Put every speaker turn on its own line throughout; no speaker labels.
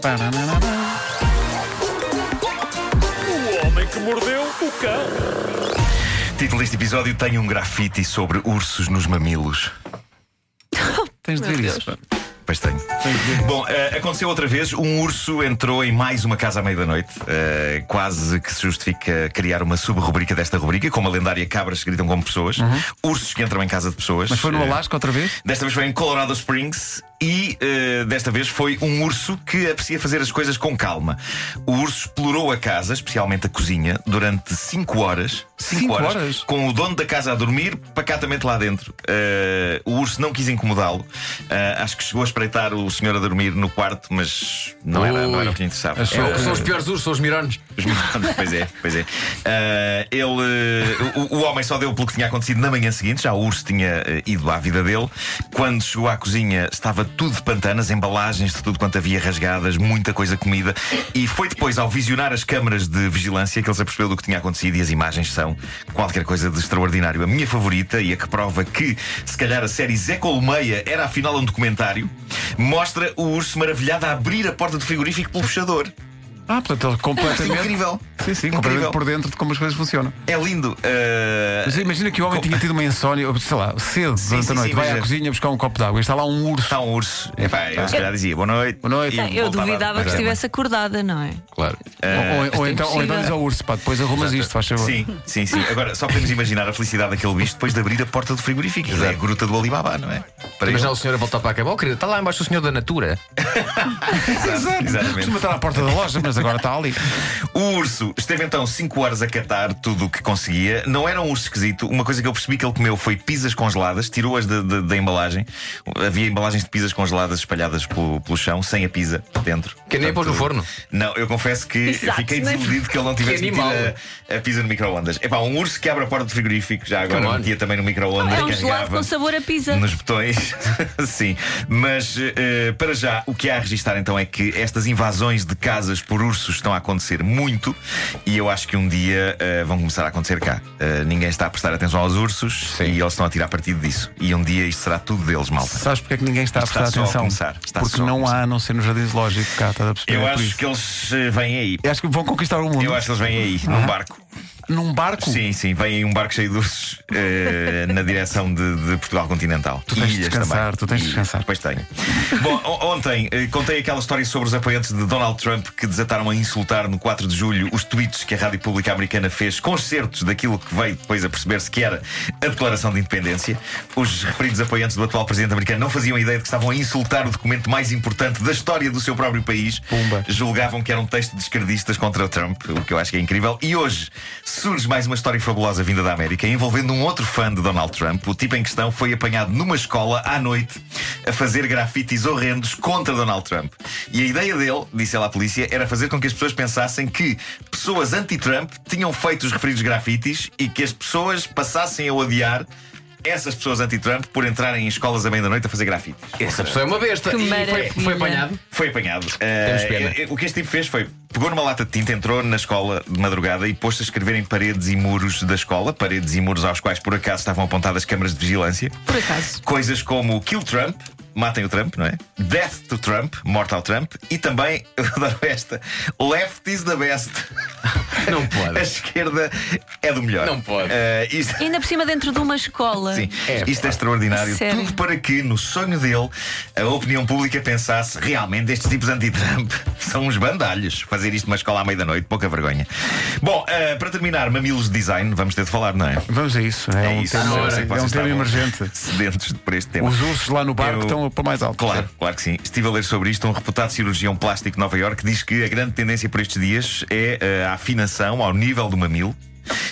Tararará.
O homem que mordeu o cão.
Título deste episódio tem um grafite sobre ursos nos mamilos.
Tens de ver isso. pá.
Pois tenho.
Tens de ver.
Bom, eh, aconteceu outra vez. Um urso entrou em mais uma casa à meia-da-noite. Eh, quase que se justifica criar uma sub-rubrica desta rubrica, como a lendária Cabras que gritam como pessoas. Ursos que entram em casa de pessoas.
Uhum. Mas foi no
Eh,
Alasca outra vez?
Desta vez foi em Colorado Springs e eh, desta vez foi um urso que aprecia fazer as coisas com calma. O urso explorou a casa, especialmente a cozinha, durante 5 horas. cinco
Cinco horas?
Com o dono da casa a dormir pacatamente lá dentro. Eh, o urso não quis incomodá-lo. Eh, acho que chegou a espreitar o senhor a dormir no quarto, mas não, era, não era o que lhe interessava.
Achou
Era-
que
São os piores ursos, são os mirones.
os microfones, pois é, pois é. Ah, ele, eh, o, o homem só deu pelo que tinha acontecido na manhã seguinte, já o urso tinha eh, ido à vida dele. Quando chegou à cozinha, estava tudo de pantanas, embalagens de tudo quanto havia rasgadas, muita coisa comida. E foi depois, ao visionar as câmaras de vigilância, que ele se apercebeu do que tinha acontecido e as imagens são qualquer coisa de extraordinário. A minha favorita e a que prova que, se calhar, a série Zé Colmeia era afinal um documentário, mostra o urso maravilhado a abrir a porta do frigorífico pelo fechador.
Ah, portanto, ele completamente.
Incrível.
Sim, sim,
Incrível.
completamente por dentro de como as coisas funcionam.
É lindo. eh,
Mas imagina que o homem
Com-
tinha tido uma insónia, ou, sei lá, cedo durante
sim,
a noite,
sim,
vai à
imagina.
cozinha buscar um copo de água e está lá um urso.
Está um urso. Epá, eu se calhar dizia boa noite.
Boa noite.
E
Sim,
Eu
voltava
duvidava que
para a cama.
estivesse acordada, não é?
Claro.
Ou- ou, ou
é
então, ou então
impossível.
diz ao urso, pá, depois arrumas isto, faz favor.
Sim, sim, sim. Agora, só podemos imaginar a felicidade daquele bicho depois de abrir a porta do frigorífico. Aquilo É a gruta do Alibaba, não é? Para
Imagina
ele.
o senhor a voltar para a cama. Oh, querida, está lá embaixo o senhor da Natura.
Exato.
Exatamente.
Costuma estar à porta da loja, mas agora está ali.
O urso esteve então 5 horas a catar tudo o que conseguia. Não era um urso esquisito. Uma coisa que eu percebi que ele comeu foi pizzas congeladas, tirou-as da- da da embalagem. Havia embalagens de pizzas congeladas espalhadas pelo, pelo chão, sem a pizza dentro.
Que nem
Portanto,
pôs no forno.
Não, eu confesso que
Exato,
fiquei
não é?
desiludido que ele não tivesse
Que
metido
animal.
a, a pizza no microondas. É pá, um urso que abre a porta do frigorífico, já
Come
agora
on.
metia também no microondas.
É um
ondas
gelado com sabor a pizza.
nos botões, sim. Mas eh, para já, o que há a registrar então é que estas invasões de casas por ursos estão a acontecer muito e eu acho que um dia eh, vão começar a acontecer cá. Eh, ninguém está a prestar atenção aos ursos
Sim.
e eles estão a tirar partido disso. E um dia isto será tudo deles, malta.
Sabes porque é que ninguém está a
Está
prestar
só a
atenção?
começar, está
Porque
só a
não
começar.
há, a não ser no jardim zoológico, cá, estás a perceber?
Eu
É por
acho
isso. É
que eles eh, vêm aí.
Eu acho que vão conquistar o mundo
Eu acho que eles vêm aí, num barco.
num barco.
Sim, sim, vem aí um barco cheio de ursos eh, na direção de, de Portugal continental. Tu
tens de descansar, tu tens de descansar.
Pois tenho. Bom, on- ontem eh, contei aquela história sobre os apoiantes de Donald Trump que desataram a insultar no 4 de julho os tweets que a Rádio Pública Americana fez, concertos daquilo que veio depois a perceber-se que era a Declaração de Independência. Os referidos apoiantes do atual presidente americano não faziam ideia de que estavam a insultar o documento mais importante da história do seu próprio país.
Pumba.
Julgavam que era um texto de esquerdistas contra o Trump, o que eu acho que é incrível. E hoje surge mais uma história fabulosa vinda da América, envolvendo um outro fã de Donald Trump. O tipo em questão foi apanhado numa escola à noite a fazer grafites horrendos contra Donald Trump. E a ideia dele, disse ela à polícia, era fazer com que as pessoas pensassem que pessoas anti-Trump tinham feito os referidos grafites e que as pessoas passassem a odiar essas pessoas anti-Trump por entrarem em escolas à meia-noite a fazer grafites.
Essa pessoa é uma besta.
Que
E foi,
maravilha.
foi apanhado.
Foi apanhado. Uh,
pena.
eh, eh, o que este tipo fez foi pegou numa lata de tinta, entrou na escola de madrugada e pôs-se a escrever em paredes e muros da escola, paredes e muros aos quais por acaso estavam apontadas câmaras de vigilância.
Por acaso.
Coisas como Kill Trump, matem o Trump, não é? Death to Trump, morte ao Trump, e também, eu adoro esta, Left is the best.
Não
A
pode.
esquerda é do melhor.
Não pode.
Eh, isto...
E Ainda por cima dentro de uma escola.
Sim,
É,
isto é extraordinário.
Sério?
Tudo para que, no sonho dele, a opinião pública pensasse realmente estes tipos anti-Trump são uns bandalhos. Fazer isto numa escola à meia-da-noite, pouca vergonha. Bom, eh, para terminar, mamilos de design, vamos ter de falar, não é?
Vamos a isso. É,
É
um
isso.
tema,
Eu sei que
é um
vocês
tema
estavam
emergente.
Sedentos por este tema.
Os ursos lá no barco
Eu-
estão para mais alto.
Claro, claro que sim. Estive a ler sobre isto. Um reputado cirurgião plástico de Nova Iorque diz que a grande tendência por estes dias é eh, a afinação ao nível do mamilo.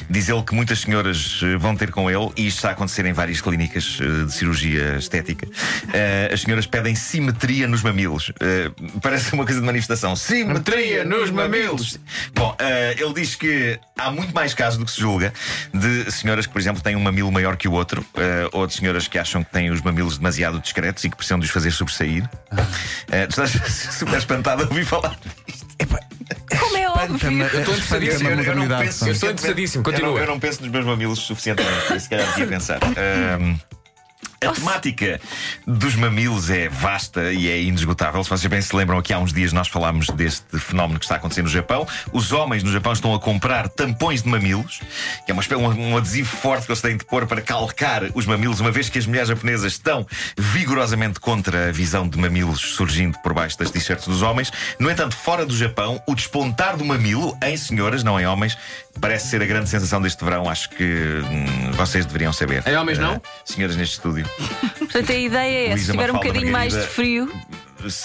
Diz ele que muitas senhoras eh, vão ter com ele, e isto está a acontecer em várias clínicas eh, de cirurgia estética. Eh, as senhoras pedem simetria nos mamilos. Eh, parece uma coisa de manifestação. Simetria nos mamilos! Bom, eh, ele diz que há muito mais casos do que se julga de senhoras que, por exemplo, têm um mamilo maior que o outro, eh, ou de senhoras que acham que têm os mamilos demasiado discretos e que precisam de os fazer sobressair.
Ah.
Eh, tu estás super espantado a ouvir falar.
Como é
Espanta-me-
óbvio.
estou
espanta-me
interessado, eu- eu não
modernidade,
penso-
pá.
eu estou interessadíssimo,
Eu não,
continua.
eu não penso nos meus mamilos suficientemente, por isso se calhar devia pensar. Ahm, A temática dos mamilos é vasta e é indesgotável. Se vocês bem se lembram, aqui há uns dias nós falámos deste fenómeno que está acontecendo no Japão. Os homens no Japão estão a comprar tampões de mamilos, que é uma espé- um, um adesivo forte que eles têm de pôr para calcar os mamilos, uma vez que as mulheres japonesas estão vigorosamente contra a visão de mamilos surgindo por baixo das t-shirts dos homens. No entanto, fora do Japão, o despontar do mamilo em senhoras, não em homens, parece ser a grande sensação deste verão. Acho que hum, vocês deveriam saber.
Em homens,
Eh,
não?
senhoras neste estúdio.
Portanto, a ideia é, se
Luísa
tiver um
Mafalda
bocadinho mais de
Margarida.
frio,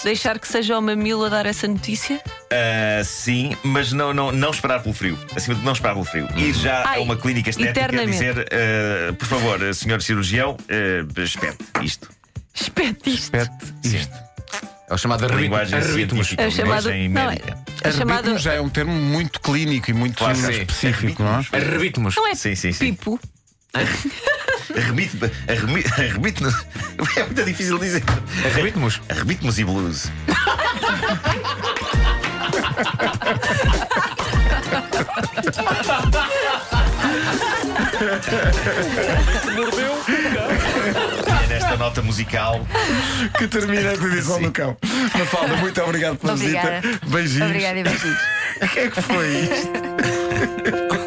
deixar que seja o mamilo a dar essa notícia.
Ah, sim, mas não, não, não esperar pelo frio. Acima de tudo, não esperar pelo frio. Ir já
Ai,
a uma clínica estética
eternamente.
dizer: ah, por favor, ah, senhor cirurgião, ah, espete isto.
Espete isto.
Pete isto.
É o chamado
A
arrebito.
linguagem
Arrebitos.
científica,
É
a
o chamado.
linguagem
Não, é,
médica.
é chamado.
Arbitum já é um termo muito clínico e muito
Claro, sim.
específico, não é?
Arrebitos.
Não é
Sim, sim, sim.
pipo.
Arrebite- arremi- arrebite- É muito difícil dizer.
Arrebitos.
Arrebite-nos e blues.
Mordeu o cão.
É nesta nota musical.
Que termina a edição
Sim.
do cão. Mafalda, muito obrigado pela
Obrigada.
visita. Beijinhos.
Obrigada e beijinhos.
O que é que foi isto?